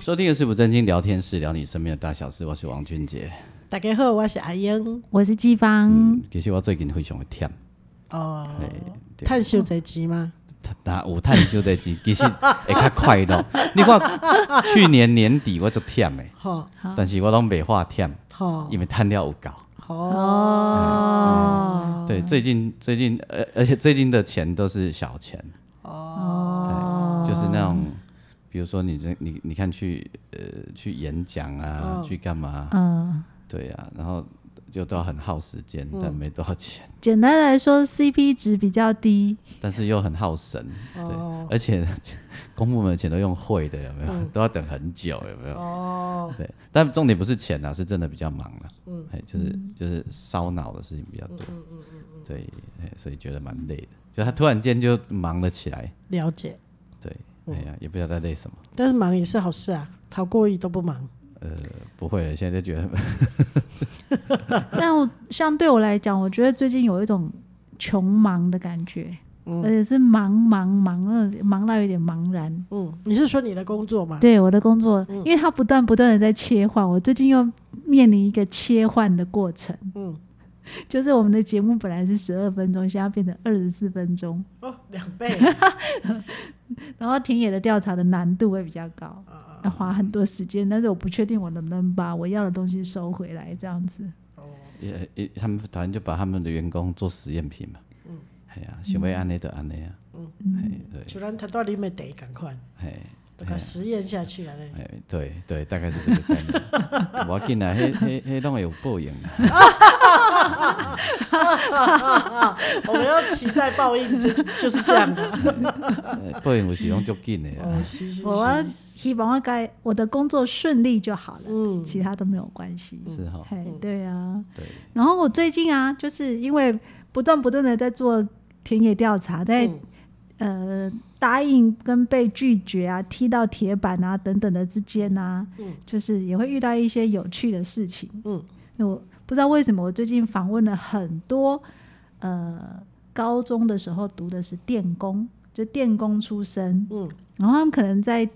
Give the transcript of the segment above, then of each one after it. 收听的是不正经聊天室，聊你身边的大小事。我是王俊杰。大家好，我是阿英。我是季芳，嗯，其实我最近非常会忝，哦，嘿对探秀这集吗？那有探休在即，其实会较快乐。你看，去年年底我就忝的，好，但是我拢袂化忝，好，因为趁了有够。好，哦，对，最近最近，而、 而且最近的钱都是小钱，哦，就是那种，比如说你这你你看去呃去演讲啊，哦去干嘛？嗯，对啊，然后就都要很耗时间，但没多少钱。简单来说，CP 值比较低，但是又很耗神，对，哦而且 公部门的钱都用汇的，有没有？都要等很久，有没有？哦，对，但重点不是钱啊，是真的比较忙了，嗯，就是就是烧脑的事情比较多，嗯嗯嗯，对，哎，所以觉得蛮累的，就他突然间就忙了起来，了解。对，哎呀，也不知道在累什么，但是忙也是好事啊，逃过瘾都不忙。呃，不会了，现在就觉得 但我像对我来讲，我觉得最近有一种穷忙的感觉，而且是忙忙忙，呃忙到有点茫然。嗯，你是说你的工作吗？对我的工作，嗯因为它不断不断的在切换，我最近又面临一个切换的过程。嗯，就是我们的节目本来是十二分钟，现在变成二十四分钟，哦，两倍。 然后田野的调查的难度会比较高，啊要花很多时间，但是我不确定我能不能把我要的东西收回来，这样子。也也他们反正就把他们的员工做实验品嘛，嗯，哎呀，行为安内的安内啊，嗯，对就让他到底没得，赶快，哎。把它实验下去啊！哎，对对，大概是这个概念。 我紧啊，迄迄迄拢会有报应啊。我们要期待报应，这就就是这样的。呃报应有时拢足紧的啊。哦，是是我要是，希望我该我的工作顺利就好了，嗯其他都没有关系。是哈嘿对啊。对，然后我最近啊，就是因为不断不断的在做田野调查，在、嗯呃答应跟被拒绝啊、踢到铁板啊等等的之间啊，就是也会遇到一些有趣的事情。嗯，我不知道为什么我最近访问了很多呃高中的时候读的是电工，就电工出身，嗯，然后他们可能在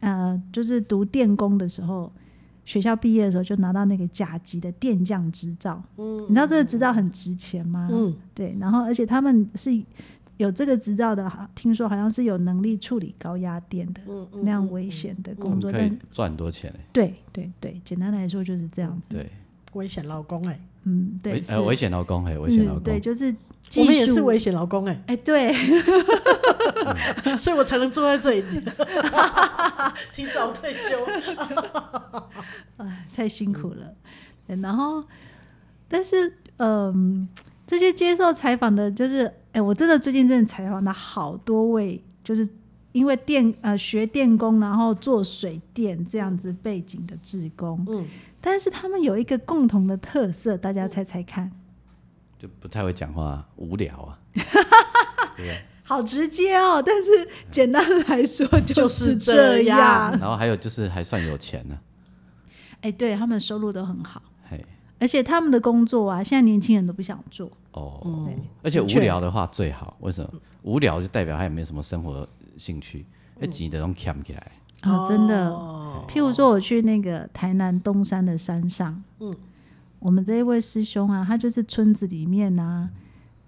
呃，就是读电工的时候，学校毕业的时候就拿到那个甲级的电匠执照。嗯你知道这个执照很值钱吗？嗯，对。然后而且他们是有这个执照的，好听说好像是有能力处理高压电的、嗯嗯那样危险的我工们作。可但以赚很多钱的。对对对，简单来说就是这样子。对，危险劳工哎，嗯，对危，是呃危险劳工，嘿，危险劳嗯，对，工。就是我技们也是术。危险劳工哎，哎，对， 所以我才能坐在这里， 提早退休。哎，太辛苦了。对然后，但是，嗯，这些接受采访的，就是，哎，我真的最近真的采访了好多位，就是因为电呃学电工，然后做水电这样子背景的职工，嗯，但是他们有一个共同的特色，大家猜猜看，就不太会讲话，无聊 啊。好直接哦，但是简单来说就是是这这样样。然后还有就是还算有钱呢，哎，对他们收入都很好，嘿，而且他们的工作啊，现在年轻人都不想做。哦。嗯对而且无的确聊的话最好，为什么？无聊就代表他也没什么生活兴趣，嗯那钱的拢欠起来。啊、真的。哦譬如说，我去那个台南东山的山上，嗯，我们这一位师兄啊，他就是村子里面啊，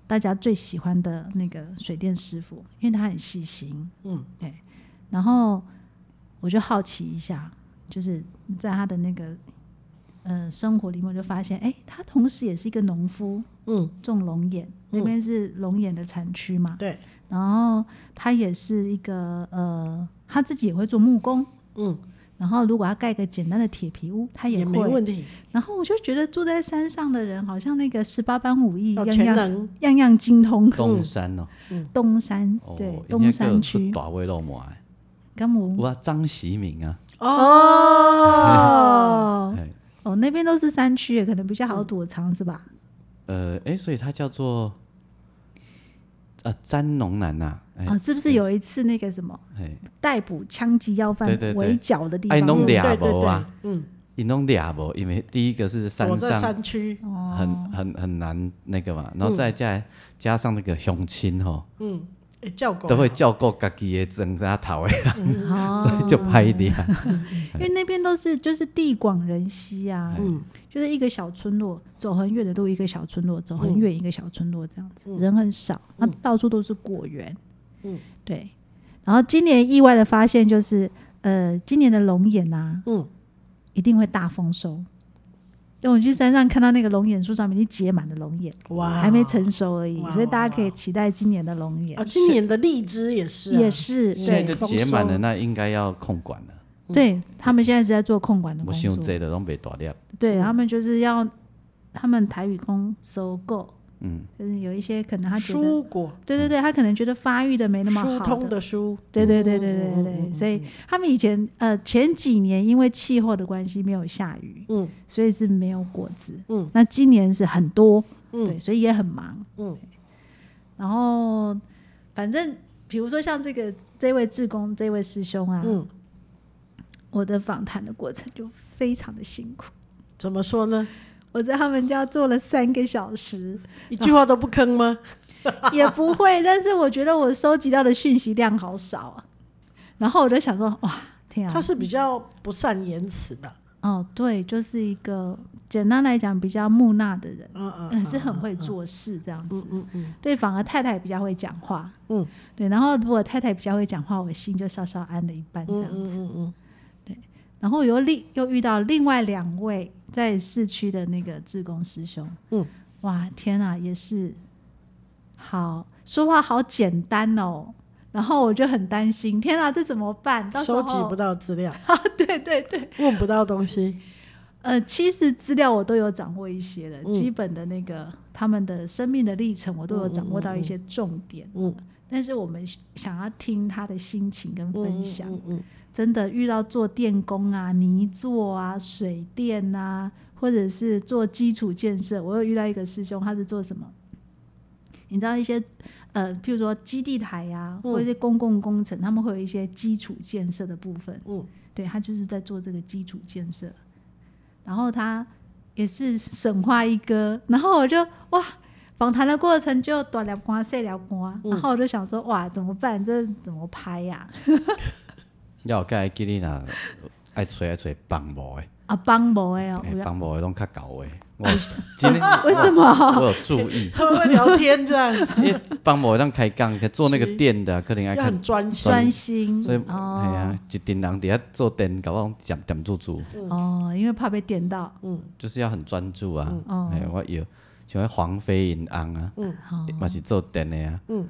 大家最喜欢的那个水电师傅，因为他很细心，嗯，对。然后我就好奇一下，就是在他的那个呃生活里面，我就发现，哎、他同时也是一个农夫，嗯，种龙眼，那边是龙眼的产区嘛，对，然后他也是一个呃，他自己也会做木工。嗯，然后如果要盖个简单的铁皮屋，他也没会。问题，然后我就觉得住在山上的人好像那个十八般武艺一哦样全样、能。样样精通。东山哦， 东山嗯哦对，，应该东还有山出区大胃肉麻的，干姆哇，张习明啊，哦，哦哎， 哦，那边都是山区，可能比较好躲藏是吧？呃，哎，所以他叫做啊詹农男呐，哎啊，是不是有一次那个什么哎，逮捕枪击要犯对对对围剿的地哎方？弄对俩对对无对啊，嗯，你弄俩无，因为第一个是躲山在上山区，哦很很很难那个嘛，然后再加加上那个乡亲吼，嗯，会照顾都会照顾家己的庄仔头的，哦 所以就歹一点。因为那边都是就是地广人稀哎啊，嗯就是一个小村落，走很远的路一个小村落，走嗯很远一个小村落这样子，人很少，那到处都是果园，嗯，对。然后今年意外的发现就是，呃，今年的龙眼啊，嗯，一定会大丰收。因为我去山上看到那个龙眼树上面已经结满了龙眼，哇还没成熟而已，啊哇所以大家可哇以哇期待今年的龙眼啊，，今年的荔枝也是啊，也是现现在对就丰结满收了，那应该要控管了。对，他们现在是在做控管的我工想作，这嗯的拢袂大粒，对他们就是要他们台语工收购，嗯，就是有一些可能他觉得，蔬果，对对对，他可能觉得发育的没那么疏好通的疏，对对对对嗯对嗯对嗯嗯嗯所以他们以前呃前几年因为气候的关系没有下雨，嗯所以是没有果子。嗯，那今年是很多，嗯对，所以也很忙。嗯然后反正比如说像这个这位志工这位师兄啊，嗯，我的访谈的过程就非常的辛苦，怎么说呢？我在他们家坐了三个小时。一句话都不吭吗？ 也不会，但是我觉得我收集到的讯息量好少啊。然后我就想说，哇，天啊他！是比较不善言辞的，哦，对，就是一个简单来讲比较木讷的人，呃嗯嗯，可是很会做事这样子。嗯嗯嗯对，反而太太比较会讲话。嗯，对。然后如果太太比较会讲话，我心就稍稍安了一半这嗯样子。嗯嗯然后又另又遇到另外两位在市区的那个志工师兄，嗯，哇，天啊，也是好说话好简单哦。然后我就很担心，天啊，这怎么办？到嗯，时候收集不到资料， 啊，对对对，问不到东西，呃，其实资料我都有掌握一些的，嗯基本的那个他们的生命的历程，我都有掌握到一些重点。嗯，但是我们想要听他的心情跟分享，嗯嗯真的遇到做电工啊、泥做啊、水电啊，或者是做基础建设，我有遇到一个师兄，他是做什么？你知道一些呃，譬如说基地台呀、啊，嗯或者是公共工程，他们会有一些基础建设的部分。嗯对他就是在做这个基础建设，然后他也是省话一哥，然后我就哇，访谈的过程就短聊瓜、碎聊瓜，嗯然后我就想说哇，怎么办？这怎么拍呀、要有该记你若爱揣爱揣帮无的，啊？帮无的哦，哎我要帮无的拢较厚的。我真的 为什么？我有注意，他们会聊天这样，因为帮无让开讲，做那个电的啊，可能爱要看很，专心，专心，所以系哦啊，一群人伫遐做电，搞我点点住住，哦，因为怕被点到，嗯就是要很专注啊。哦哎，我有像那黄飞银翁啊，嗯哦嘛是做电的啊。嗯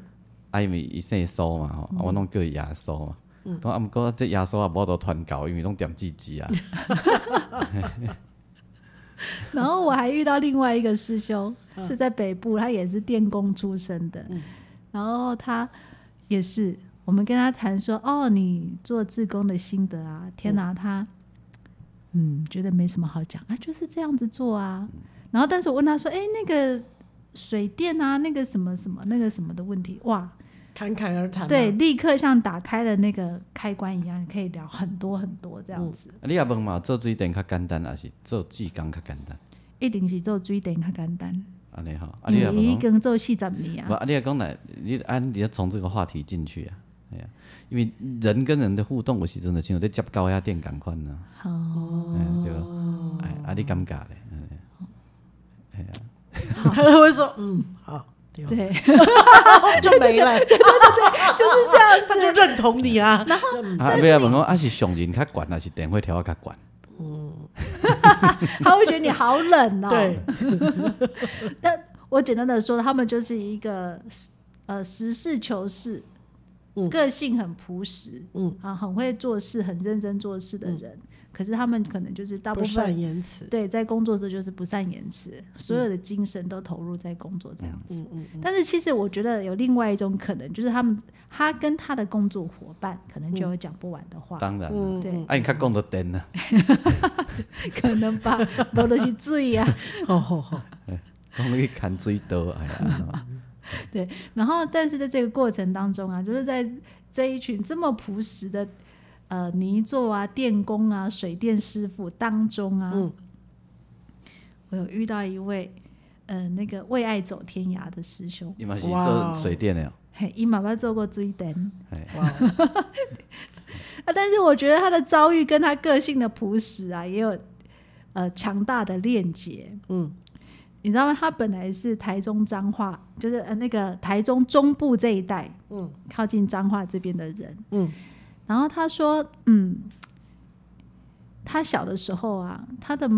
啊，因为伊姓苏嘛吼，啊我拢叫伊耶稣嘛。讲啊，毋过这耶稣也无度团购，因为拢点自己啊。然后我还遇到另外一个师兄，是在北部，他也是电工出身的，然后他也是，我们跟他谈说，哦，你做志工的心得啊，天哪、他嗯觉得没什么好讲啊，就是这样子做啊。然后但是我问他说，哎，那个水电啊，那个什么什么那个什么的问题，哇，侃侃而谈，对，，立刻像打开了那个开关一样，你可以聊很多很多这样嗯子。啊你也问嘛，做水电较简单，还是做技工较简单？一定是做水电较简单，安尼吼，啊你因也为伊问讲，跟做四十年啊不，。啊你也讲来，你按你要从这个话题进去啊。哎呀，因为人跟人的互动，有时阵就像在接高压电共款啊，哦，哎对吧？哎，啊你感觉嗯咧？安尼他就会说嗯好，对哦对， 就没 了，就是这样，他就认同你啊，然后啊，你也问讲，啊是上人较悬，还是电火条较悬？他会觉得你好冷哦。 对，但我简单的说，他们就是一个实呃实事求是，嗯个性很朴实，嗯啊，很会做事、很认真做事的人，可是他们可能就是大部不善分言辞，对在工作的时候就是不善言辞，所有的精神都投入在工作这样子。嗯嗯嗯，但是其实我觉得有另外一种可能，就是他们他跟他的工作伙伴可能就有讲不完的话，当然了，嗯对嗯啊，你看讲到电啊，可能 吧，无就是醉啊。嗯好好好，讲到去砍水刀，哎呀，然后，但是在这个过程当中啊，就是在这一群这么朴实的呃泥作啊、电工啊、水电师傅当中啊，嗯我有遇到一位呃那个为爱走天涯的师兄，你嘛是哇哦做水电的哦，嘿，伊妈妈做过追灯哎，哇哦，啊，但是我觉得他的遭遇跟他个性的朴实啊，也有呃强大的链接。嗯你知道吗？他本来是台中彰化，就是呃那个台中中部这一带，嗯靠近彰化这边的人。嗯然后他说，嗯，他小的时候啊，他的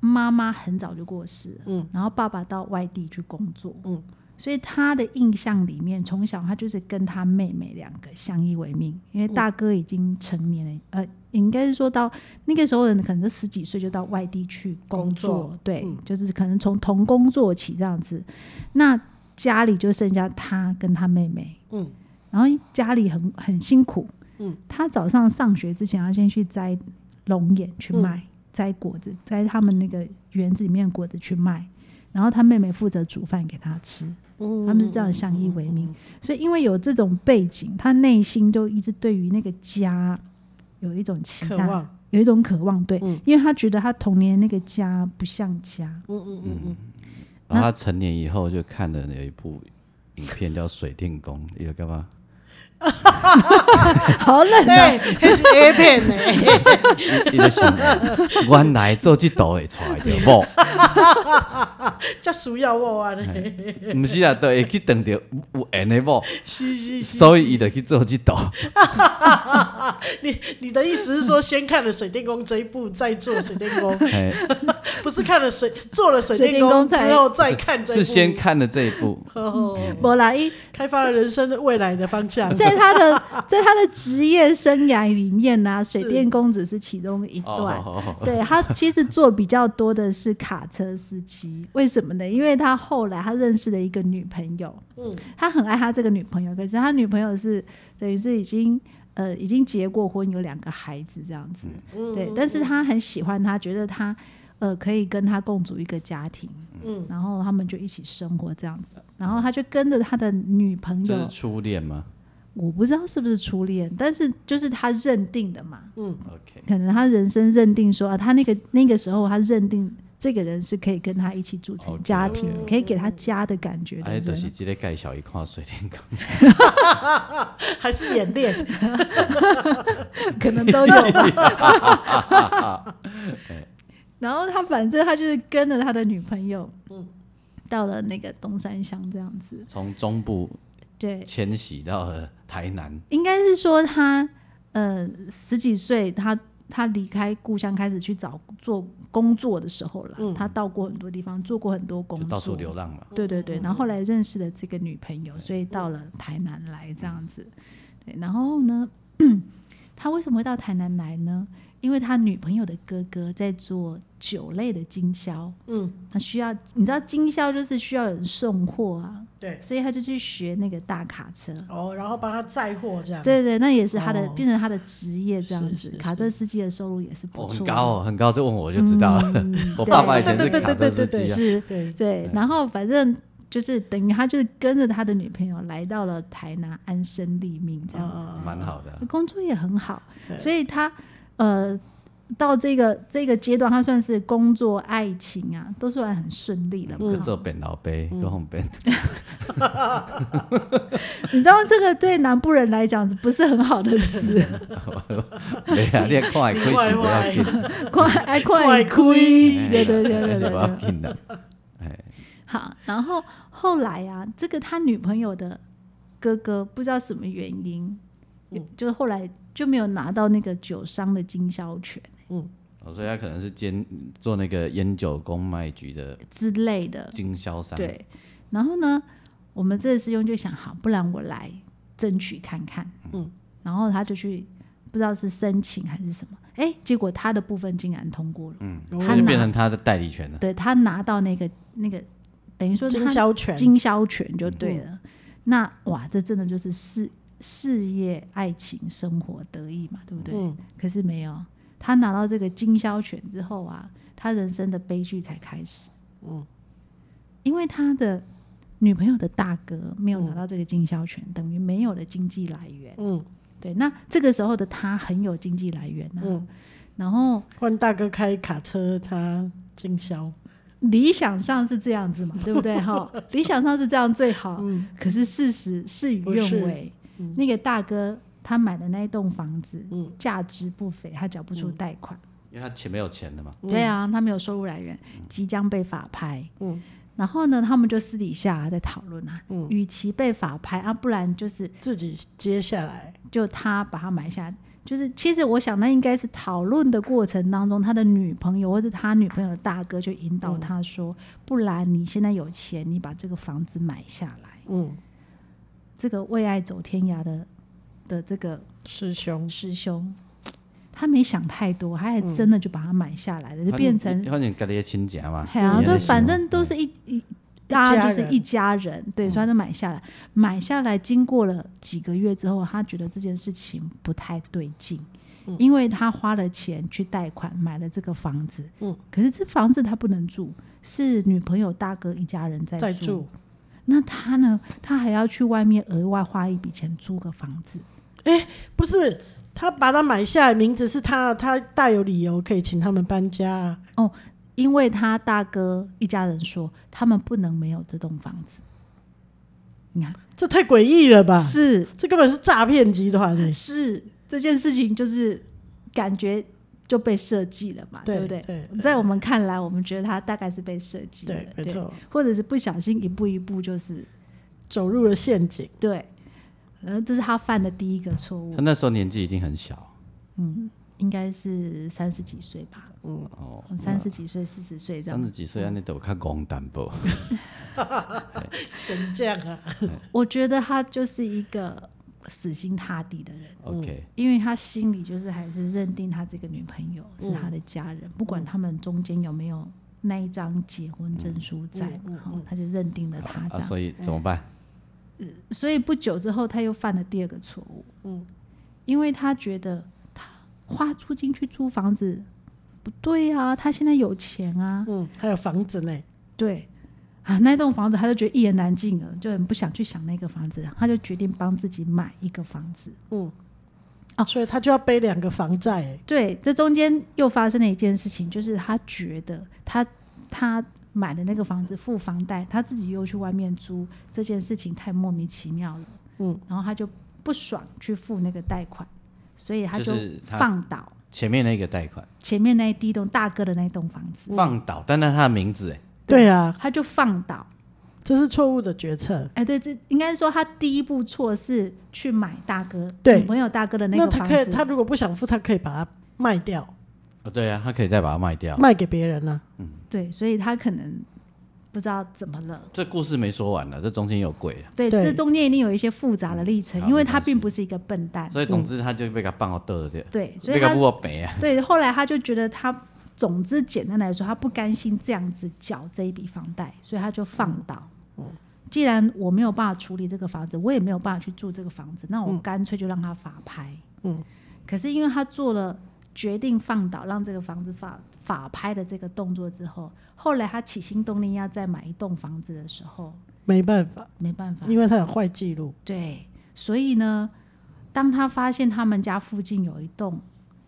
妈妈很早就过世了，嗯然后爸爸到外地去工作，嗯所以他的印象里面，从小他就是跟他妹妹两个相依为命，因为嗯大哥已经成年了，呃，应该是说到那个时候人可能是十几岁就到外地去工作，工作对，嗯就是可能从同工做起这样子，那家里就剩下他跟他妹妹，嗯然后家里很很辛苦，嗯，他早上上学之前要先去摘龙眼去卖，嗯摘果子，摘他们那个园子里面的果子去卖，然后他妹妹负责煮饭给他吃，嗯，他们是这样相依为命，所以因为有这种背景，他内心就一直对于那个家有一种期渴待，望，有一种渴望，对，嗯因为他觉得他童年那个家不像家，嗯嗯嗯嗯，然后他成年以后就看了有一部影片叫《水电工》，你有干嘛？ 好冷啊！对，哎 那是 A 片呢， 伊就想，哎原来做这道会娶着某，这需要我啊呢， 毋是啊，都会去当着有缘的某，是是是，所以伊就去做这 道。你你的意思是说，先看了水电工这一部，再做水电工，哎，不是看了 水做了水电水电工工之才后再看这一部，是先看了这一部，哦，博拉伊开发了人生的未来的方 向，在他的在他的职业生涯里面呢、水电工只是其中一段。哦，对他其实做比较多的是卡车司机，为什么呢？因为他后来他认识了一个女朋友，嗯他很爱他这个女朋友，可是他女朋友是等于是已经呃已经结过婚，有两个孩子这样子，嗯，对，但是他很喜欢他，觉得他呃可以跟他共组一个家庭，嗯，然后他们就一起生活这样子，然后他就跟着他的女朋这友是，初恋吗我不知道是不是初恋，但是就是他认定的嘛， ？OK，可能他人生认定说啊，他那个那个时候他认定这个人是可以跟他一起组成 OK，家庭的 OK 可以给他家的感觉的哎，人。就是这个介绍伊看水电工，还是演练， 可能都有吧。 哎然后他反正他就是跟着他的女朋友，嗯到了那个东山乡这样子。从中部对，迁徙到了台南，应该是说他呃十几岁，他他离开故乡开始去找做工作的时候了，嗯他到过很多地方，做过很多工就作，到处嗯流浪嘛。对对对，然后后来认识了这个女朋友，所以到了台南来这样子。对，然后呢， 他为什么会到台南来呢？因为他女朋友的哥哥在做酒类的经销，嗯，他需要你知道经销就是需要有人送货啊，对，所以他就去学那个大卡车。哦，然后帮他载货这样，对对，那也是他的、哦变成他的职业这样是子是，卡车司机的收入也是不哦，错的，很高哦，很高，这问我就知道了。嗯我爸爸以前对是对卡车司对机啊，是对，对，然后反正就是等于他就是跟着他的女朋友来到了台南安身立命这啊样，啊，蛮好的啊。工作也很好，对所以他呃到这个这个阶段，他算是工作、爱情啊都算很顺利了嗯嘛。跟做变老爸，嗯跟红 变，你知道这个对南部人来讲是不是很好的 词？对啊，你也看会开心不要紧，快哎快快亏，开 对对对对但对是对不要紧的。哎，好，然后后来啊，这个他女朋友的哥哥不知道什么原因，嗯就是后来就没有拿到那个酒商的经销权哦所以他可能是兼做那个烟酒公卖局的之类的。经销商。，对，然后呢，我们这个师兄就想，好，不然我来争取看看，嗯，然后他就去不知道是申请还是什么，哎，结果他的部分竟然通过了，嗯，他哦他就拿变成他的代理权了。对他拿到那个那个等于说经他销权，经销权就对了。嗯那哇，这真的就是事事业、爱情、生活得意嘛，对不对？嗯可是没有，他拿到这个经销权之后啊，他人生的悲剧才开始。嗯，因为他的女朋友的大哥没有拿到这个经销权，等于没有了经济来源。嗯对，那这个时候的他很有经济来源啊，嗯，然后换大哥开卡车，他经销，理想上是这样子嘛，对不 对？哈，理想上是这样最好，嗯可是事实事与不愿是违，嗯那个大哥他买的那一栋房子嗯价值不菲，他缴不出贷款，因为他钱没有钱了嘛，对啊，他没有收入来源，即将被法拍。嗯，然后呢，他们就私底下在讨论啊，嗯与其被法拍啊，不然就是自己接下来，就他把他买下。就是其实我想，那应该是讨论的过程当中，他的女朋友或者他女朋友的大哥就引嗯导他说，不然你现在有钱，你把这个房子买下来。嗯，这个为爱走天涯的的这个师兄，师兄，他没想太多，他还真的就把它买下来了，就变成，换成家里的亲戚嘛。哎呀，你的对，心反正都是一一。大家就是人一家人，对，所以他就买下来。买下来，经过了几个月之后，他觉得这件事情不太对劲，因为他花了钱去贷款买了这个房子，嗯可是这房子他不能住，是女朋友大哥一家人在在住，那他呢？他还要去外面额外花一笔钱租个房子，不是他把它买下来，名字是他，他大有理由可以请他们搬家啊。因为他大哥一家人说他们不能没有这栋房子。你看，这太诡异了吧？是这根本是诈骗集团哎、是这件事情，就是感觉就被设计了嘛，对不对对在我们看来，我们觉得他大概是被设计的，对，没错，或者是不小心一步一步就是走入了陷阱。对，呃，这是他犯的第一个错误他，那时候年纪已经很小，应该是三十几岁吧，哦，三十几岁、四十岁这样嗯三十几岁，安尼都较戆淡薄。真这样啊？我觉得他就是一个死心塌地的人， OK，因为他心里就是还是认定他这个女朋友是他的家人，不管他们中间有没有那一张结婚证书在嘛，哈他就认定了他这啊，样。所以怎么办？所以不久之后，他又犯了第二个错误，嗯因为他觉得他花租金去租房子不对啊，他现在有钱啊，嗯，还有房子呢，对啊，那栋房子他就觉得一言难尽了，就很不想去想那个房子，他就决定帮自己买一个房子。嗯，哦所以他就要背两个房债、欸。对，这中间又发生了一件事情，就是他觉得他他买的那个房子付房贷，他自己又去外面租，这件事情太莫名其妙了。嗯，然后他就不爽去付那个贷款，所以他就就是他放倒前面那个贷款前面那第一栋大哥的那栋房子，放倒，但那他的名字哎，对啊，他就放倒。这是错误的决策。哎，对，这应该说他第一步错是去买大哥对女朋友大哥的那个他房可以，子，他如果不想付，他可以把它卖掉，哦对啊，他可以再把它卖掉。卖给别人啊呢、对，所以他可能不知道怎么了。这故事没说完呢，这中间有鬼了。对，对这中间一定有一些复杂的历程，好因为没他关系并不是一个笨蛋，所以总之他就被他放到得了对了，对，啊所以被他他不赔啊。对后来他就觉得他，总之简单来说，他不甘心这样子缴这一笔房贷，所以他就放倒。嗯既然我没有办法处理这个房子，我也没有办法去住这个房子，那我嗯干脆就让他法拍。嗯，可是因为他做了决定放倒，让这个房子法法拍的这个动作之后，后来他起心动念要再买一栋房子的时候，没办法，没办法，因为他有坏记录。对，所以呢，当他发现他们家附近有一栋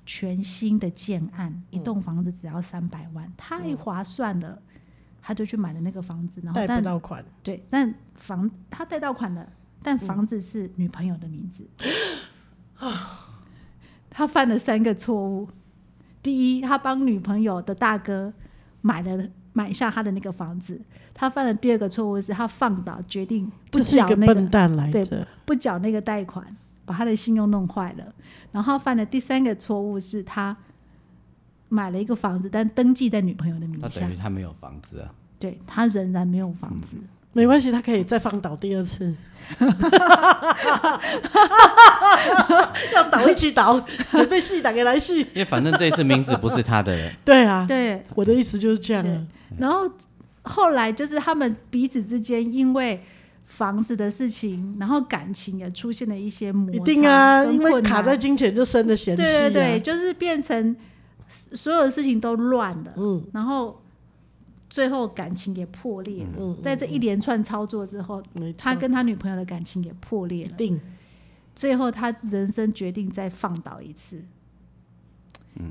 全新的建案，一栋房子只要三百万，太划算了，他就去买了那个房子。然后贷不但到款，对，但房他贷到款了，但房子是女朋友的名字。他犯了三个错误：第一，他帮女朋友的大哥买了买下他的那个房子；他犯的第二个错误是他放倒，决定不这是一缴个那笨蛋来着。不缴那个贷款，把他的信用弄坏了。然后犯的第三个错误是他买了一个房子，但登记在女朋友的名他下等于，他没有房子啊，对他仍然没有房子。没关系，他可以再放倒第二次，要倒一起 倒，被续打给来续。因为反正这一次名字不是他的 了，对啊，对，我的意思就是这样对啊。然后后来就是他们彼此之间因为房子的事情，然后感情也出现了一些摩擦，一定啊，跟因为困难卡在金钱就生了嫌对隙、啊。对对，，就是变成所有的事情都乱了，嗯然后最后感情也破裂了。嗯，在这一连串操作之后，没错他，跟他女朋友的感情也破裂一了。定最后他人生决定再放倒一次。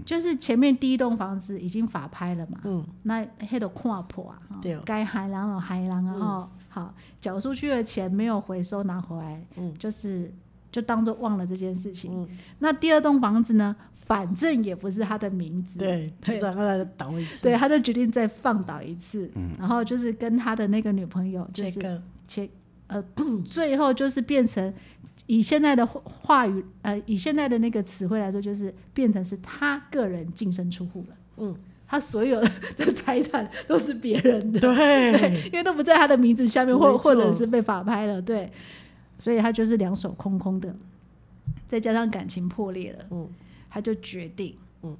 就是前面第一栋房子已经法拍了嘛，嗯那迄个看破啊，吼对哦嗯该海浪有海浪啊，吼、好缴出去的钱没有回收拿回来，嗯就是就当做忘了这件事情。嗯那第二栋房子呢，反正也不是他的名字，对，就对让他再倒一次。对，他就决定再放倒一次，嗯然后就是跟他的那个女朋友就这是个且呃， 最后就是变成以现在的话话语呃，以现在的那个词汇来说，就是变成是他个人净身出户了。嗯，他所有的财产都是别人的，对，对， 因为都不在他的名字下面，没或错或者是被法拍了，对，所以他就是两手空空的，再加上感情破裂了， 嗯，他就决定，嗯，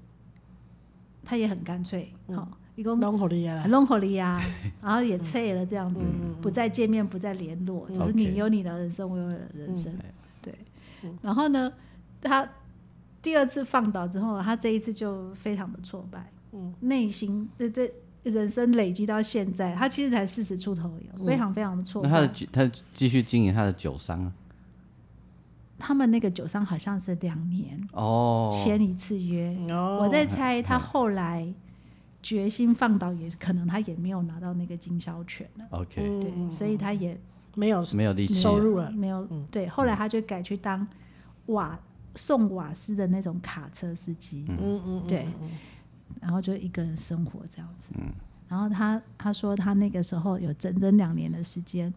他也很干脆，好、一共弄好了呀啦。弄好了呀，然后也撤了这样子，不再见面，不再联络，嗯就是你有你的人生，我有我的人生，对。嗯然后呢，他第二次放倒之后，他这一次就非常的挫败，嗯内心这这人生累积到现在，他其实才四十出头有，非常非常的挫那败。他的继他继续经营他的酒商啊。他们那个酒商好像是两年哦，签一次约，哦我在猜他后来决心放倒也，可能他也没有拿到那个经销权了。 OK，对，所以他也嗯没有没有力气收了，嗯入了，嗯没有对，后来他就改去当瓦送瓦斯的那种卡车司机，嗯嗯，对，然后就一个人生活这样子。嗯然后他他说他那个时候有整整两年的时间，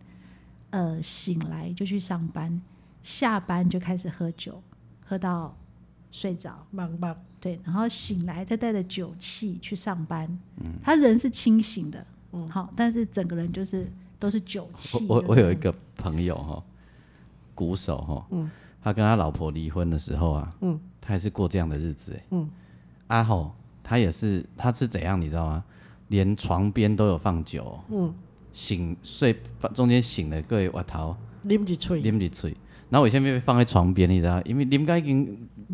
呃，醒来就去上班，下班就开始喝酒，喝到睡着，棒棒，对，然后醒来再带着酒气去上班，嗯他人是清醒的，嗯好，但是整个人就是都是酒气。我我就是我有一个朋友哈、鼓手哈、他跟他老婆离婚的时候啊，嗯，他也是过这样的日子哎，嗯，阿吼、他也是他是怎样你知道吗？连床边都有放酒哦、嗯，醒睡中间醒了各位我头拎起吹，啉一嘴，然后我前面被放在床边你知道吗，因为啉到已经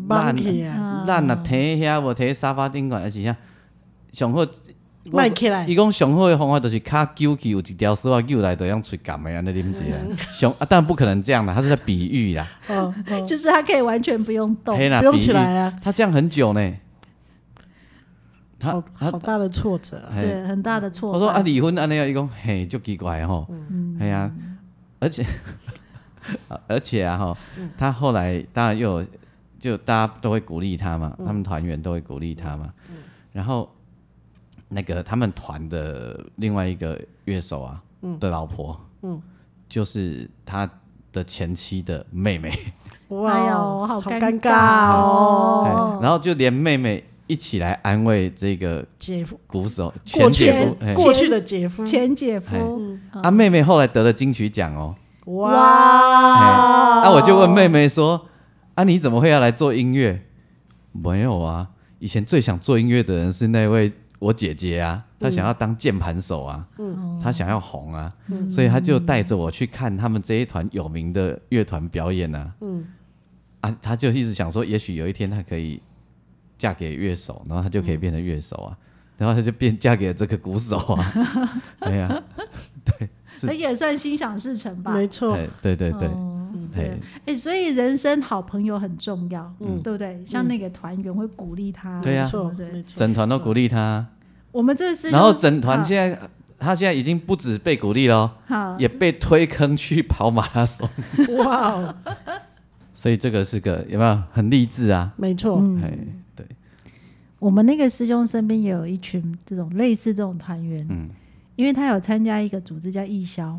烂忙起啊，烂了，提遐无提沙发顶管，还是啥上好。嗯我卖起来伊，讲上好的方法就是卡揪起有一条丝仔揪来，就用喙夹的安尼啉一下。嗯上啊，当然不可能这样啦，他是在比喻啦，哦，哦就是他可以完全不用动。嘿啦，不用比喻起来啊。他这样很久呢，他好他好大的挫折啊，嘿对，很大的挫败。我说啊，离婚安尼啊，伊讲嘿，就奇怪吼，哎呀，而且 啊而且啊吼，他后来当然又有，就大家都会鼓励他嘛，他们团员都会鼓励他嘛，然后那个他们团的另外一个乐手啊的老婆，就是他的前妻的妹妹，哎哇呦哦，好好尴尴尬尬哦，哦 嘿然后就连妹妹一起来安慰这个姐夫，鼓手过前去姐夫，哎嘿的过去的姐夫，前姐哎夫，嗯嗯啊妹妹后来得了金曲奖哦。哇，那、啊我就问妹妹说：“啊，你怎么会要来做音乐？”没有啊，以前最想做音乐的人是那位我姐姐啊，她想要当键盘手啊，她想要红啊，所以她就带着我去看他们这一团有名的乐团表演啊。啊，她就一直想说，也许有一天她可以嫁给乐手，然后她就可以变成乐手啊，然后她就变嫁给了这个鼓手啊。哎呀、是那也算心想事成吧。没错，哎对对对，哦哎对，哎，所以人生好朋友很重要，嗯对不对？像那个团员会鼓励他，对啊没错，对不对没错，整团都鼓励她啊。我们这是然后整团现在、他现在已经不止被鼓励了哦，好，也被推坑去跑马 拉松，哇哦，所以这个是个有没有很励志啊？没错，哎、对，嗯我们那个师兄身边也有一群这种类似这种团嗯员，因为他有参加一个组织叫义消，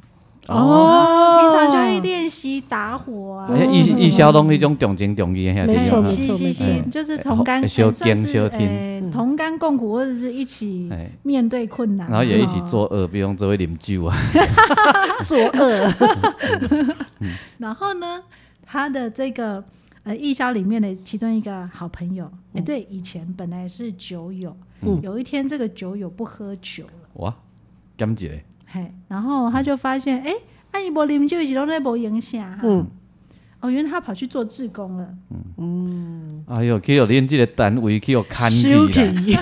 哦平常就会练吸打火啊，而且嗯一一销拢迄种重情重义的遐没地错方没啊，错是是是，就是同甘哎小算是兼小添哎嗯同甘共苦，或者是啊一起哎面对困难，然后也一起作恶，比如讲做伙啉酒啊，作恶，然后呢，他的这个呃义消里面的其中一个好朋友，哎、嗯对，以前本来是酒友，嗯有一天这个酒友不喝酒了，哇，甘一个，嘿，然后嗯他就发现，哎、阿姨伯你们就一起都在博影响哈，嗯哦，原来他跑去做志工了，嗯，哎哟，去互恁即个单位去互牵休去啦，息，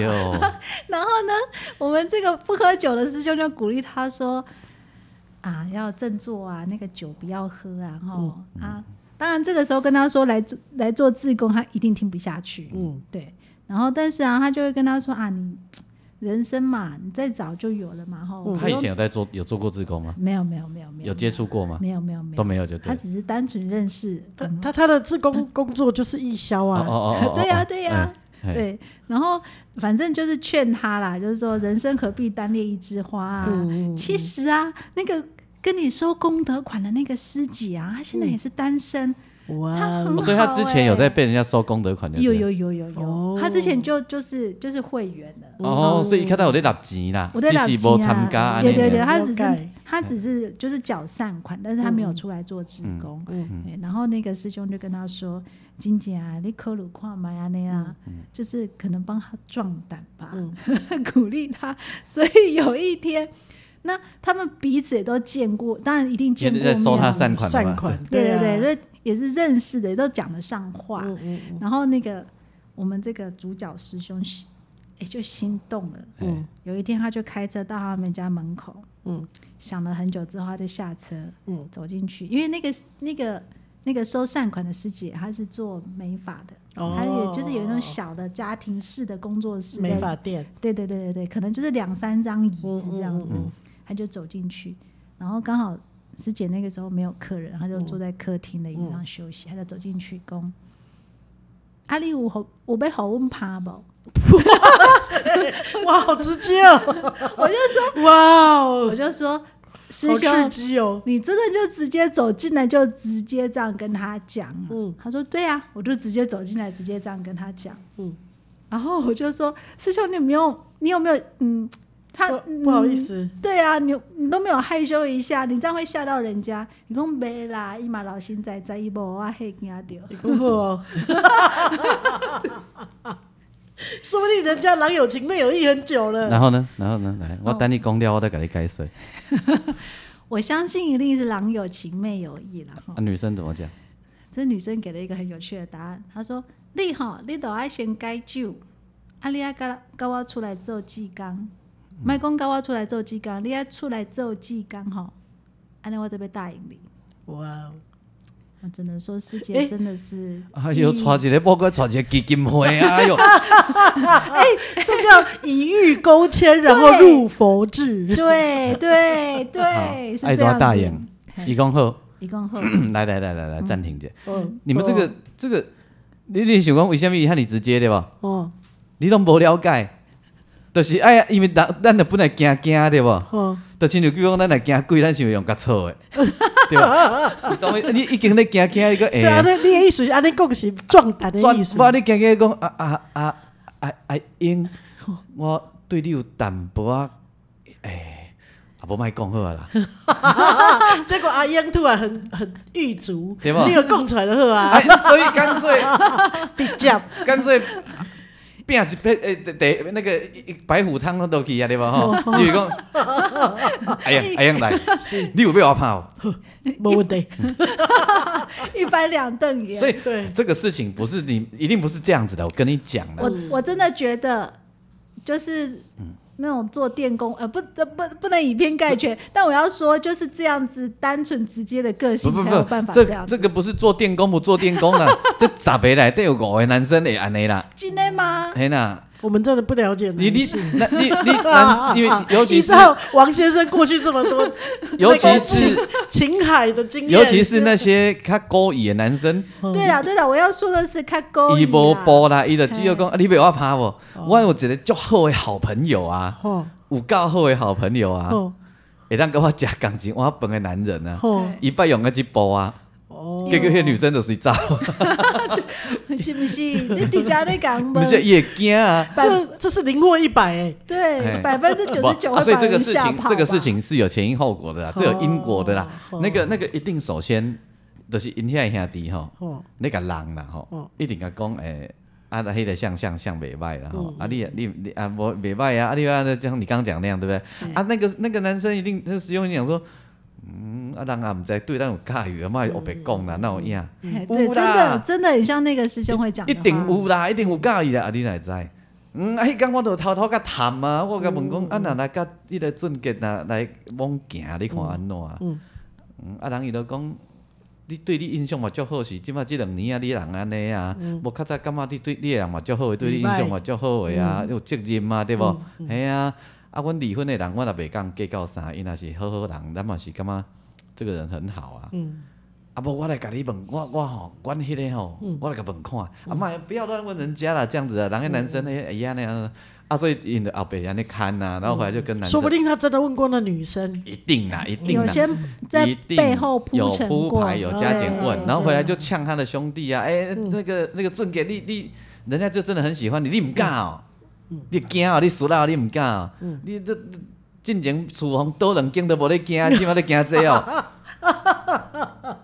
哟，然后呢，我们这个不喝酒的师兄就鼓励他说：“啊，要振作啊，那个酒不要喝啊，吼、嗯啊。”当然，这个时候跟他说来做来做志工，他一定听不下去。嗯，对。然后，但是啊，他就会跟他说：“啊，你人生嘛，你再找就有了嘛，吼。不他以用前有在做有做过志工吗？没有没有没有没有嗯有接触过吗？没有没有没有都没有就对他只是单纯认识嗯他他他的自工工作就是义消哦啊，哦哦，对呀、对呀、哎对。然后反正就是劝他啦，就是说人生何必单恋一枝花啊。嗯其实啊，那个跟你收功德款的那个师姐啊，她现在也是单身，哇他哦，很欸哦所以他之前有在被人家收功德款的，有有有有有哦，她之前就就是就是会员了。哦，所以看到有在拿钱啦，嗯我在打只击是无参加啊，安对尼对对，尔她只了是解她只是就是缴善款，但是她没有出来做职工。嗯对，然后那个师兄就跟她说：“金姐啊，你科鲁矿买啊那啊，嗯就是可能帮她壮胆吧， 鼓励她。”所以有一天，那他们彼此也都见过，当然一定见也过在收面他了善款的善嘛，款，对对对，啊，所以也是认识的，也都讲得上话。嗯嗯嗯然后那个我们这个主角师兄，哎、就心动了。哎嗯有一天，他就开车到他们家门口，嗯，想了很久之后，他就下车，嗯，走进去，因为那个那个那个收善款的师姐，她是做美发的，哦她也就是有一种小的家庭式的工作室，美发店，对对对对对，可能就是两三张椅嗯子嗯这样子，嗯嗯他就走进去，然后刚好师姐那个时候没有客人，他就坐在客厅的椅嗯子上休息，他就走进去讲：“阿丽，我好，我被好问怕不？哦 哇，好直接哦， 我就说，哇哦，我就说，师好兄刺，激哦，你真的就直接走进来，就直接这样跟他讲、啊。嗯他说对啊，我就直接走进来，直接这样跟他讲。嗯然后我就说，师兄，你有没有，你有没有，嗯，他不不好意嗯思，对啊，你你都没有害羞一下，你这样会吓到人家。你讲没啦，一马老心在在，一波我黑惊到。你不会 哦。说不定人家郎有情妹有意很久了，然后呢，然后呢，来，我等你讲了，我再给你解释。哦我相信一定是郎有情妹有意啦。哈啊，女生怎么讲？这女生给了一个很有趣的答案，她说：“你吼，你都爱先改酒，啊，你爱跟跟我出来做志工，莫讲跟我出来做志工，你爱出来做志工吼，安尼我这边答应你。哇哦，”我只能说，师姐诶真的是，哎呦，娶一个包括娶一个基金会，哎 呦，这叫以玉勾牵，然后入佛智。对对对，是爱这样子抓哎大眼，嘿一共后，一共后。 来来来来来，暂停一下。嗯，哦你们这个这个，你你想讲为什么伊遐尼直接对吧？哦，你拢无了解，就是哎呀，因为咱咱就本来惊惊对吧？哦哦，就亲像比如讲，咱来惊鬼，咱是会用较错的，对吧？你讲你已经咧惊惊一个是啊，哎，那你的意思是安尼讲是壮胆的转意思，我你惊惊讲啊啊啊啊啊英，我对你有淡薄啊，哎，啊无卖讲好啊啦。结果阿英突然很很狱卒，对吧你有供出来的好啊哎，，所以干脆直接，干脆变一杯诶，得得那个一白虎汤都去啊，对吧？吼，就是讲，哎呀，哎呀，来，你有被我怕哦。没问 题。 一翻两瞪眼。所以对这个事情不是你一定不是这样子的，我跟你讲了。我我真的觉得，就是那种做电工，呃，不，这不不能以偏概全。但我要说，就是这样子单纯直接的个不性不才有不办，法这样这子。个不是做电工不做电工啦，这十个内底有五个男生会安尼啦，今天吗？嘿啦，我们真的不了解你男你性。那你你 男，因为尤其依是，照王先生过去这么多 尤其是那个情海的经验， 啊尤其 是那些较高义的男生，对啦对啦，我要说的是看勾伊引无啦报啦，伊就只有讲，啊，你袂我拍无，我有一个足好的好朋友啊，哦有够好的好朋友啊，哦，会当跟我食钢琴，我本的男人啊，吼，伊捌用个一步啊，哦，结果迄女生就是走，是不是？你底下在讲吗 不？是伊会 惊啊。百这这是零或一百哎，对，哎百分之九十九啊，所以这个事吓情跑，吧这个事，情是有前因后果的啦，这有因果的啦。哦那个那个一定首先就是因遐兄弟吼，吼，你甲人啦吼，哦一定甲讲诶，啊，那迄个像像像袂歹啦吼嗯，啊你你你啊无袂歹啊，啊你啊就像你刚刚讲那样对不对？啊那个那个男生一定他使用讲说，嗯，啊人啊毋知对咱有介意，莫有白讲嗯啦，那有影，哎对，真有的啦，真的很像那个师兄会讲的一话，定有啦，一定有介意啦，啊你哪会知？嗯，啊，迄天我就偷偷甲谈啊，我甲问讲，啊，嗯若来甲迄个俊杰若来往行，你看安怎啊？嗯嗯，啊，人伊都讲，你对你印象嘛足好是，即马即两年啊，你人安尼啊，嗯无较早感觉你对你的人嘛足好的，对你印象嘛足好的啊，嗯有责任嘛，对无？嘿啊，啊，阮离婚的人，我也袂讲计较啥，伊若是好好人，咱嘛是感觉这个人很好啊。嗯，啊，无我来甲你问，我我吼，阮迄个吼，嗯我来甲问看，啊，妈不要乱问人家啦，这样子啊，人个男生迄伊安尼啊，啊，所以因的后辈安尼看呐，嗯然后回来就跟男生，说不定他真的问过那女生，一定啦，一定有啦。些在一定背后铺有陈铺过，排有加减问，对然后回来就呛他的兄弟啊，哎、那个那个俊杰，你你人家就真的很喜欢你，你唔敢哦，嗯你惊哦，你输了你唔敢哦，你这这进前厝房多两间都无咧惊，你嘛咧惊这 哦，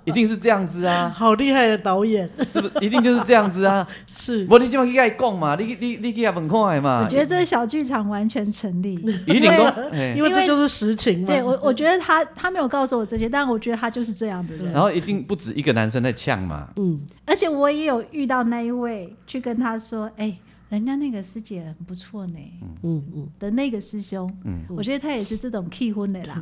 一定是这样子啊，好厉害的导演， 是不是？一定就是这样 子啊，是无你即马去甲伊讲嘛，你你你去甲问看的嘛，我觉得这个小剧场完全成立。一定讲，嘿啊因为这就是实情嘛，对我，我觉得他他没有告诉我这些，但我觉得他就是这样的人。然后一定不止一个男生在呛嘛，嗯，而且我也有遇到那一位去跟他说：“哎、人家那个师姐很不错呢。嗯嗯，的那个师兄，嗯我觉得他也是这种气婚的啦，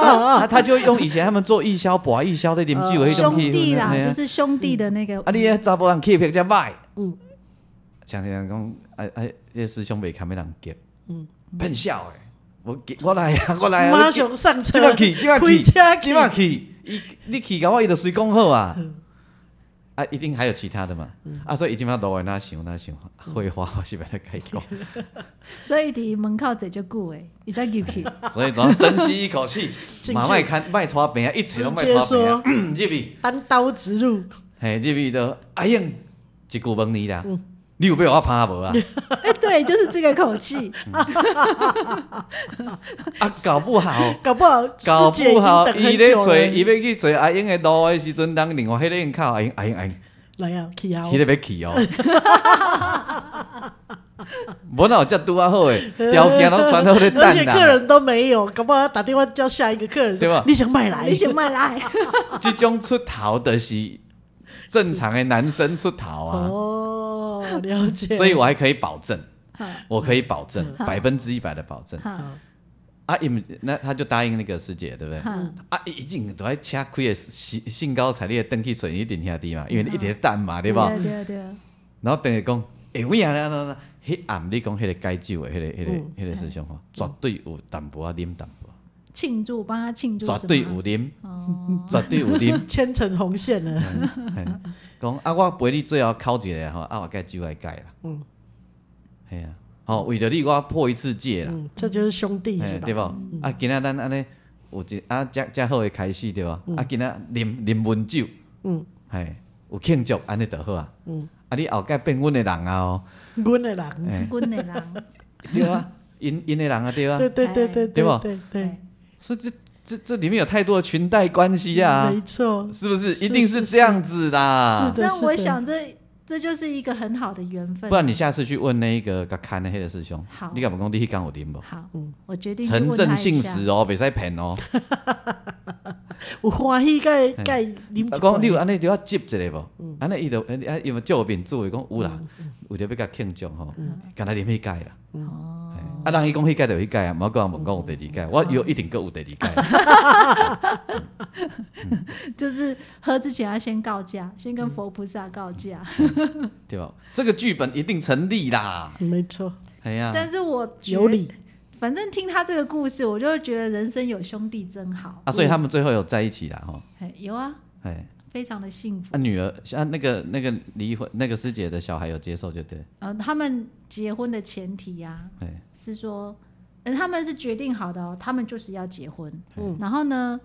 啊，他就用以前他们做义消、博义消的啉酒的迄哦兄种气弟氛啦，嘿啊就是兄弟的那个。啊，你迄查甫人欺骗才歹。嗯嗯，像像讲，啊啊，迄师兄袂堪要人急。嗯，骗笑诶，我我来啊，我来啊，马你上上即车马， 去，即马开去，车即马去，伊你去甲我，伊就随讲好啊。嗯啊，一定还有其他的嘛。啊，所以伊即马路诶，哪想哪想，会花我是要来甲伊嗯讲，所以伫门口坐就久诶，伊在 u k 所以总要深吸一口 气进去，嘛卖看卖拖病啊，一直直拢卖接拖病啊说，入去。单刀直入，嘿，这边都阿英哎一句问你啦，嗯你有被我拍 无啊？哎，对，就是这个口气，啊，搞不好，搞不好搞师姐已不经好，等伊很咧久找，了，伊要去找阿英的路的时阵，人另外迄个人哎靠阿英，阿英阿英，来啊，去啊，迄个要去哦。无哪有遮拄啊好诶，条件拢传好咧而且等啊客啦。人都没有，搞不好他打电话叫下一个客人，对吧你想买来你？先卖来，即种出头的是正常的男生出头啊，哦，嗯了解。所以我还可以保证，哈我可以保证嗯百分之一百的保证。哈啊，因为那他就答应那个师姐，对不对？哈啊，伊一定都爱车开的兴兴高采烈，登去找伊顶兄弟嘛，因为你一直在等嘛，对吧？对对对，然后等于讲，哎，有影啦啦啦，迄暗你讲迄个解酒的，迄个迄嗯。个迄个师兄吼，绝对有淡薄仔啉淡薄，庆祝帮他庆祝，绝对有。啉，哦，绝对有啉嗯 牵成红线了，嘿讲啊，我陪你最后考一个吼，啊，我解酒来解啦。嗯嗯，系啊，吼，为着你我破一次戒啦。嗯，这就是兄弟是嘿吧？嗯对无？啊，今仔咱安尼有一啊，遮遮好诶开始对无？啊，今仔啉啉温酒，嗯，嘿，有庆祝安尼就好啊。嗯，啊，你后盖变阮诶人啊哦，阮的人，嘿，滚的人，对啊，因因诶人啊， 对啊对，对对对 对吧哎对对对，所以这这这里面有太多的裙带关系啊没，错，是不是？是一定是这样子是。啦的但我想这这就是一个很好的缘分。不然你下次去问那个甲看的迄个师兄好，你敢问讲你迄工有啉无？好，我决定去陈问他嗯正一信下实哦，袂使骗哦。有欢喜盖盖啉啊，一讲你有罐，安尼，你要接一个无？安尼伊就啊，因为照面子话讲有啦，为着要甲庆祝吼，啊干那啉迄届啦。哦，嘿啊，人伊讲迄届就迄届啊，毋好讲问讲有第二届，我有一定阁有第二届。就是喝之前要先告假，先跟佛菩萨告假。嗯对吧？这个剧本一定成立啦。没错，系啊，但是我觉有，理，反正听他这个故事，我就会觉得人生有兄弟真好。啊，所以他们最后有在一起啦，吼。哎有啊，哎，非常的幸福啊，。女儿啊，那个那个离婚那个师姐的小孩有接受就对，呃，他们结婚的前提呀、哎，是说呃他们是决定好的哦，他们就是要结婚。嗯然后呢，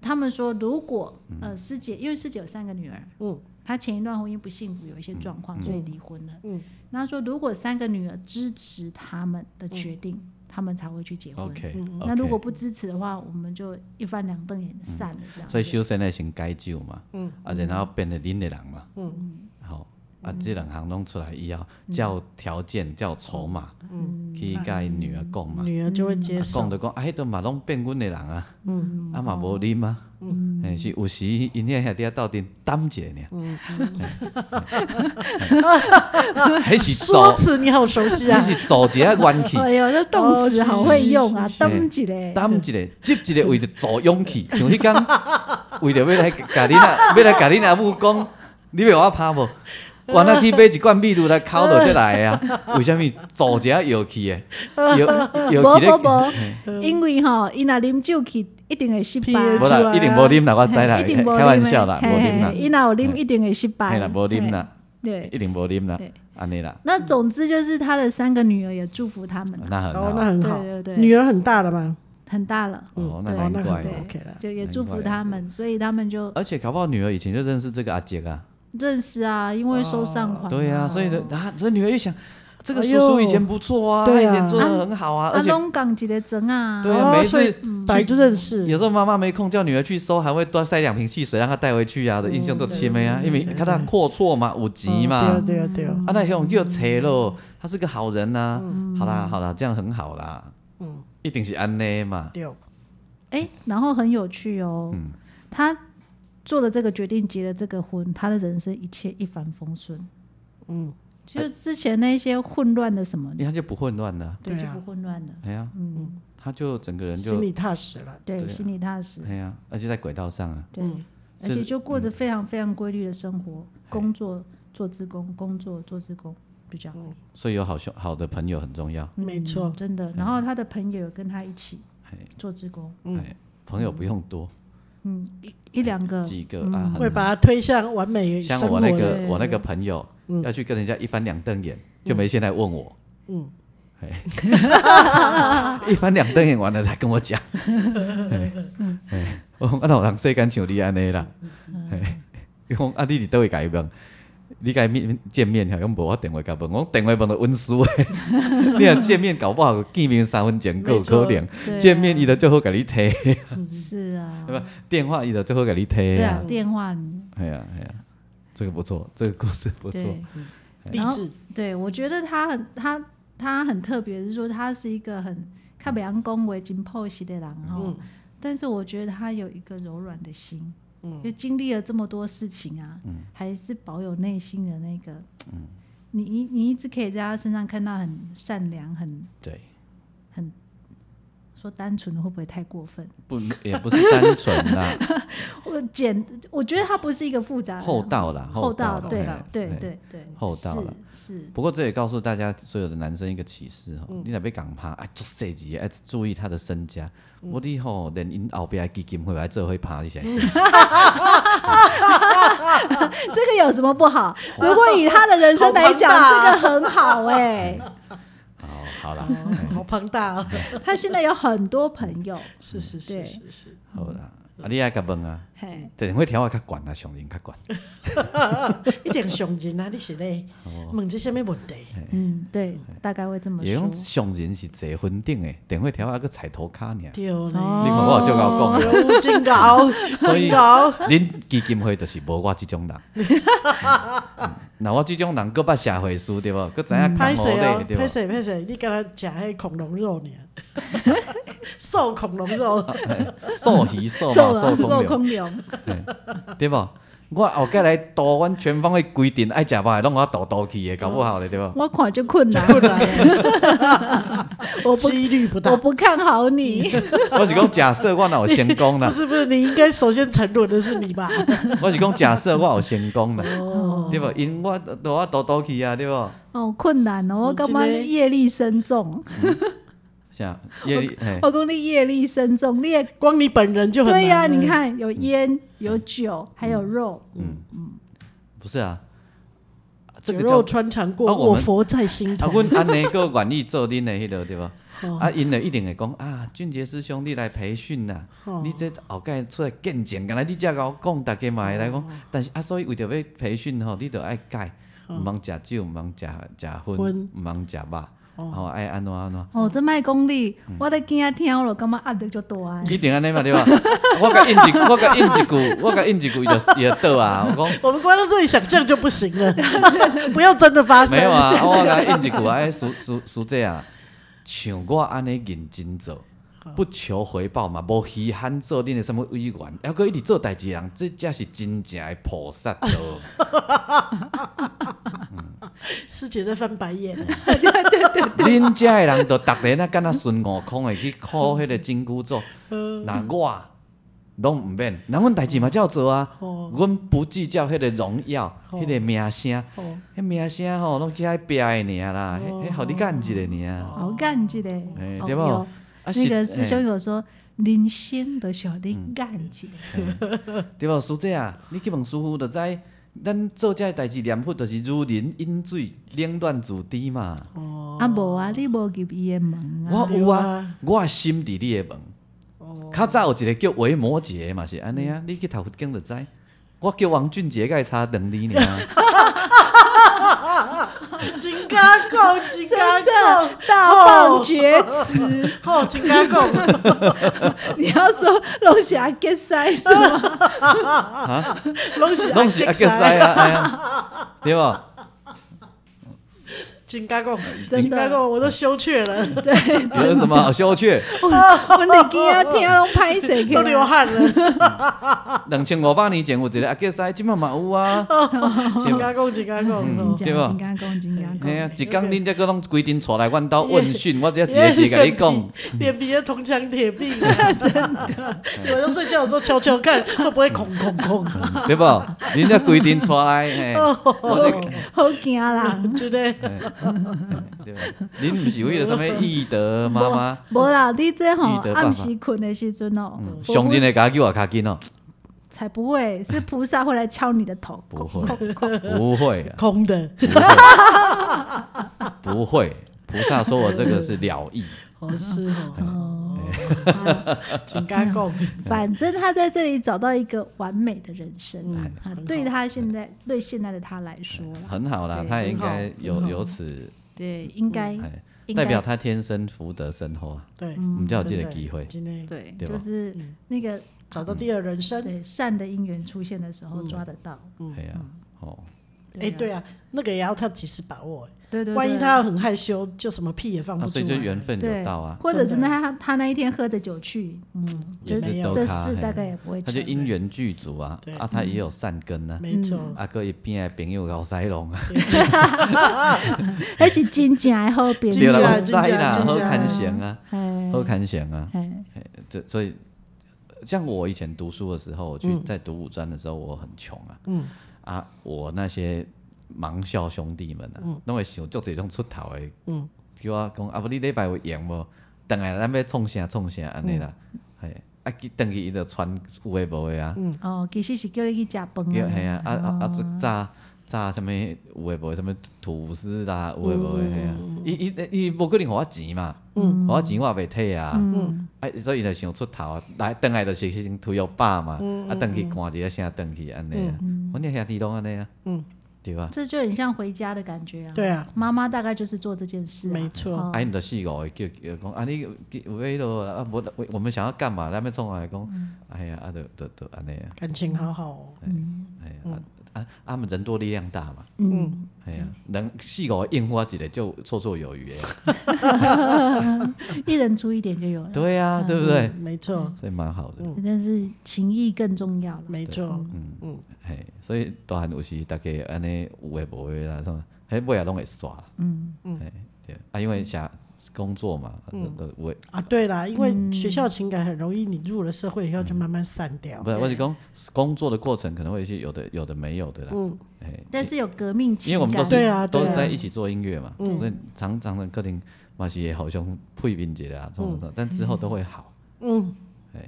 他们说如果呃师姐，因为师姐有三个女儿，嗯，她前一段婚姻不幸福，有一些状况，所以离婚了。嗯，那她说如果三个女儿支持他们的决定，他们才会去结婚。 OK，嗯那如果不支持的话，我们就一翻两瞪眼散了这样子。所以修身的先改酒嘛，啊，然后变成恁的人嘛，好，啊，这两行拢出来以后，才有条件，才有筹码，去甲因女儿讲嘛，嗯女儿就会接啊，受讲。就讲，啊，迄都嘛拢变阮的人啊，啊嘛无啉啊，哎，是有时因遐遐底斗阵担者尔，还是说做，辞你好熟悉啊还，是做一下元气。哎呦，这动词好会用啊哦，动起嘞。担一个，接一个，为着做勇气， 像迄天为着要来甲恁阿， 要来甲恁阿母讲，你要我拍无？我那去买一罐秘鲁来烤落才来的啊！为什物做一下药气的？药药不气咧不，不，因为吼，伊若啉酒去，一定会失败。啊无啦，一定无啉啦，啊我知啦，嘿一定无开玩笑啦，无嘿啉啦嘿，伊若有啉，嘿一定会失败。嘿啦，无啉啦，嘿。对，一定无啉啦对，安尼啦，那总之就是他的三个女儿也祝福他们啊，那很哦，好那，很好。对对对女儿很大了嘛，很大了，哦，那对难那很怪对了好。OK 了就也祝福他们，所以他们就而且搞不好女儿以前就认识这个阿杰啊，认识啊，因为收善款。哦对呀，所以呢，啊，这女儿一想，这个哎叔呦叔以前不错啊，他对以啊前做的很好啊，啊而，且拢讲一个真啊，对啊，哦每一所以次本来就认识。有时候妈妈没空叫女儿去收，还会多塞两瓶汽水让她带回去啊，的嗯印象都深的啊，因为看她阔绰嘛，有钱嘛，哦啊对啊对啊对啊，那种又切咯，他是个好人呐，好啦好啦，这样很好啦，嗯一定是安内嘛，对哦，哎，然后很有趣哦，嗯他做了这个决定，结了这个婚，他的人生一切一帆风顺。嗯，就之前那些混乱的什么因，为他就不混乱了，对，对就啊不混乱了，哎呀，他就整个人嗯心就里踏实了。对，对啊心里踏实，哎呀，而且在轨道上啊，对，而是且就过着非常非常规律的生活，哎工作做职工，工作做职工比较好，所以有好兄好的朋友很重要，嗯没错真哎的。然后他的朋友有跟他一起嘿做职工，哎，朋友不用多，嗯，一一两个，哎几个啊，很会把他推向完美像生我活那的，个我那个朋友要去跟人家一翻两瞪眼，就没先来问我，嗯嘿，一翻两瞪眼完了才跟我讲，嘿嘿我讲啊，那有人世间像你安尼啦，嘿伊讲啊，你伫倒位甲伊问，你甲伊面见面，吓，讲无我电话甲问，我讲电话问到温书诶， 你若见面搞不好见面三分钟够有可能，对啊见面伊就最好甲你提，是啊， 对吧？电话伊就最好甲你提对啊啊，，电话你，哎呀哎呀，这个不错，这个故事不错。对。哎励然后志，对，我觉得他很他他很特别，是说他是一个很看北洋恭维紧 pose 的人哈、哦但是我觉得他有一个柔软的心，就经历了这么多事情啊，嗯还是保有内心的那个，你你你一直可以在他身上看到很善良，很对，很说单纯会不会太过分？不也不是单纯 啦，我简我觉得他不是一个复杂的人厚道啦，嗯厚道道，啦，对嘿对嘿对对，厚道了是是，不过这也告诉大家所有的男生一个启示哦，嗯你若被港拍，哎，做设计，哎，注意他的身家。嗯我你吼，连因后壁的基金会来做会拍你先。 这个有什么不 好？如果以他的人生来讲，好这个很好 哎、哦，好啦，好庞大哦，哎他现在有很多朋友，是是是对是是，好啦，啊，你爱甲问啊，嘿，电话条我较悬啦，上人较悬。一点雄人啊，你是咧哦问这些咩问题？哎嗯，对，大概会这么也说讲。上人是坐婚顶诶，电话条啊个菜头卡尔。对咧，你看我有这哦够啊有真哦搞， 所以真搞，讲， 恁基金会就是无我即种人。嗯那我即种人，搁捌社会事对无？搁知影拍干谁好哦咧，对无拍？谁拍谁，你跟他吃迄恐龙肉 呢？瘦恐龙肉，瘦鱼 瘦嘛，啊做了做瘦空流，空流，对无？我后过来度，阮全方位规定爱食饭，拢我度度去的，搞不好咧，对 无？我看就困难了。我不，几率不大我。不看好你。 我是讲假设我若有成功不啦，是不是，你应该首先沉沦的是你吧？我是讲假设我有成功啦， 哦， 对无？因我度我度度去啊，对无？哦，困难哦，我真感的觉你业力深重，啥？夜哦里嘿，我讲你业力深重，你也光你本人哎就很对呀、难了嗯你看嗯有烟，有酒，还有肉，不是啊，这酒个叫肉穿肠过，啊我我们佛在心啊，头。阮安尼个愿意做恁的迄落对无？哦啊，因就一定会讲啊，俊杰师兄，你来培训啦，哦你这后盖出来见证，敢若你遮敖讲，大家嘛会来哦讲。但是啊，所以为着要培训吼，你着爱改，毋通食酒，毋通食食哦薰哦薰，毋通食肉，吼爱安怎 安怎。嗯哦，这卖功力，我在今仔听了，感觉压力就大的。 一定安尼嘛对吧？我甲应一，我甲应一句，我甲应一句，伊就伊就倒啊！我讲。我们光用这里想象就不行了，不要真的发生。没有啊，啊我来应一句啊，哎苏苏苏姐啊，像我安尼认真做，不求回报嘛，无稀罕做恁的什么委员，还佫一直做代志的人，这才是真正的菩萨道。 师姐在翻白眼，恁遮的人，就逐日啊，敢若孙悟空的去靠迄个金箍咒，那我拢毋免，那阮代志嘛照做啊，阮不计较迄个荣耀，迄个名声，哦，迄名声吼，拢去遐拼的尔啦，迄迄互你干一个尔。啊好干这个，哎哦对吧有啊那个是师兄有说，人生都小的干这个，对无，师姐啊，你去问师傅就知，咱做这代志念佛，就是如人饮水，冷暖自知嘛。啊无啊，你无入伊的门啊，我有对啊啊，我的心伫你的门。较早有一个叫维摩诘的嘛是安尼啊，你去读佛经就知。我叫王俊杰，甲伊差两年尔。金刚共，金刚共，大放厥词。哦，金刚共，你要说龙虾 get 塞是吗？拢是拢是阿吉西啊，哎呀，对无？金刚共，真的金刚共，我都羞怯了，对，有什么哦好羞怯？我我那今要听拢拍谁去都流了？汗了。两千五百年前有一个阿吉西，即满嘛有啊。金刚共，金刚共，金对吧刚金刚功，金刚嘿啊功，，一工恁则搁拢规定带来阮兜问讯，我才一个一个甲你讲。脸皮的铜墙铁壁，真的。晚上睡觉的时候敲敲看，会不会恐恐恐？嗯 对不？人家规定出来，嘿，哦我这个好惊啦！真的，对吧？恁不是为了什么易德妈妈？无啦，你这吼你得办法暗时困的时阵哦，嗯，我上进的家叫我卡紧哦，才不会，是菩萨会来敲你的头。不会，不会啊，空的。 不会。菩萨说我这个是了义，哦，是哦，哦，啊金刚共，反正他在这里找到一个完美的人生嗯啊很，对好他现在对现在的他来说啦，很好啦，对他也应该有很好有此，对，应该哎，应该代表他天生福德深厚啊，对，我们嗯，才有这个机会。今天对，对吧就是嗯那个找到第二人生。对嗯善的因缘出现的时嗯候抓得到。哎呀，哦，哎、啊对啊，那个也要他及时把握、对对，万一对他很害羞，就什么屁也放不啊出所来。以就缘分对有到啊，或者是真的那他他那一天喝着酒去，嗯，也这没是有都这卡事大概嘿，也不会他就成。因缘具足啊对，啊，他也有善根啊，没错，嗯啊，搁伊边的朋友搞西龙啊，而且真正还好别真对正啦，的我人，知啦，真正的好真正看的相啊，嗯哎好看相啊，哎这所以像我以前读书的时候，我去在读五专的时候，我很穷啊，嗯啊，我那些盲校兄弟们啊，拢会想足侪种出头的，嗯，叫我讲啊，无你礼拜有闲无？等下咱要创啥创啥安尼啦，嗯嘿，啊，去等去伊就穿有诶无诶啊，哦，其实是叫你去食饭叫嘿啊，啊，啊啊啊，这炸炸什物有诶无诶，什物吐司啦，有诶无嗯诶，嘿啊，伊伊伊无可能互我钱嘛，互我钱我也袂退啊，嗯，啊，所以伊就想出头啊，来等来就是先推药爸嘛，嗯啊，等去看一下啥，等去安尼啊，阮遐兄弟拢安尼啊，嗯，对吧？这就很像回家的感觉啊。对啊，妈妈大概就是做这件事啊，没错哦啊，因着四五个叫叫讲，啊，你有有迄落啊，无我我们想要干嘛？咱要创啊，讲，嗯哎呀，啊，着着着安尼啊，感情好好哦。哎呀，嗯啊啊，啊，们人多力量大嘛，嗯，哎呀，人四五个应付我一个就绰绰有余的，一人出一点就有了，嗯对啊，对不对？没嗯错，所以蛮好的，但是情谊更重要了。没错，嘿，所以大汉有时大家安尼有诶无诶啦，什么，迄尾啊拢会煞。嗯，对啊，因为想工作嘛，呃呃我啊，对啦，因为学校情感很容易，你入了社会以后就慢慢散掉嗯不。是我是讲工作的过程可能会去有的有的没有的啦，嗯，哎，但是有革命情感，因为我们都对是啊都对是啊在一起做音乐嘛，所以常常的客厅嘛是也好像配音节啊，这种这种，但之后都会好，嗯，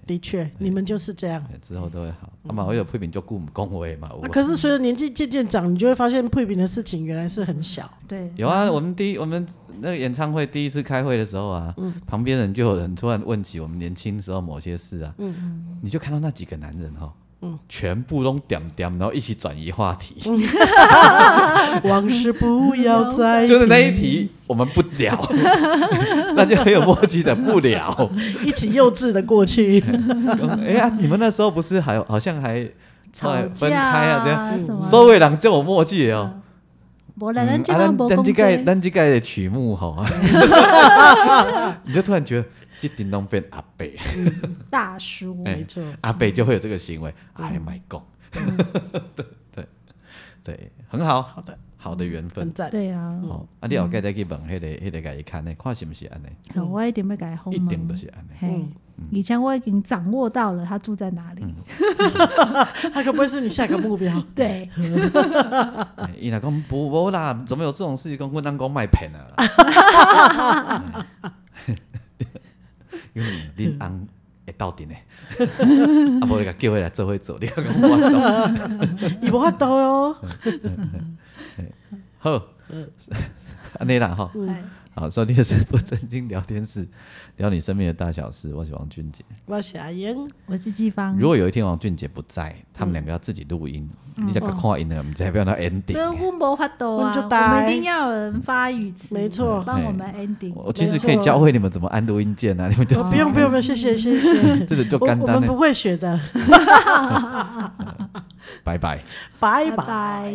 的确，你们就是这样。哎之后都会好。啊，嘛，为了配饼就顾唔恭维嘛。有啊可是随着年纪渐渐长，你就会发现配饼的事情原来是很小。 对，有啊，我们第一我们那个演唱会第一次开会的时候啊，嗯旁边人就有人突然问起我们年轻时候某些事啊，嗯你就看到那几个男人哈、全部都点点，然后一起转移话题，嗯往事不要 再就是那一提题我们不聊，那就很有默契的不聊。 一起幼稚的过去。哎呀、你们那时候不是还好像还后来吵分架嗯开啊这样什么的？收尾人就有默契的哦。无啦，咱嗯即啊个无咱讲这这个个，咱这个的曲目吼，你就突然觉得这叮咚变阿北。大叔， 哎没错，阿北就会有这个行为。哎，My God！对 对对，很好，好的好的缘分很。赞。对啊，哦，啊，你后盖再去问迄个迄个甲伊看呢，看是不是安尼？好我一定要改一红定就门。是啊嗯安尼。嘿，以前我已经掌握到了他住在哪里。嗯 他可不会是你下个目标？对，哎伊若讲不无啦，怎么有这种事？讲阮翁讲卖骗啊！ 因为恁翁会斗阵诶， 啊无你甲叫伊来做伙做，你讲我懂。你不怕刀哦。嗯好， 安尼啦吼。哎好，收听的是不正经聊天室，聊你身边的大小事。我是王俊杰。我是阿英，我是季嗯芳如。果有一天王俊杰不在，他们两个要自己录音，嗯你想看音呢，我们才不要到 ending 真欸。我无法度我啊们就，我呆们一定要有人发语词，没错帮我们 ending。我其实可以教会你们怎么按录音键啊，你们就哦自己不用看不用 不用，谢谢谢谢。这个就我干我单们了不，会学的，拜拜。拜拜。拜拜。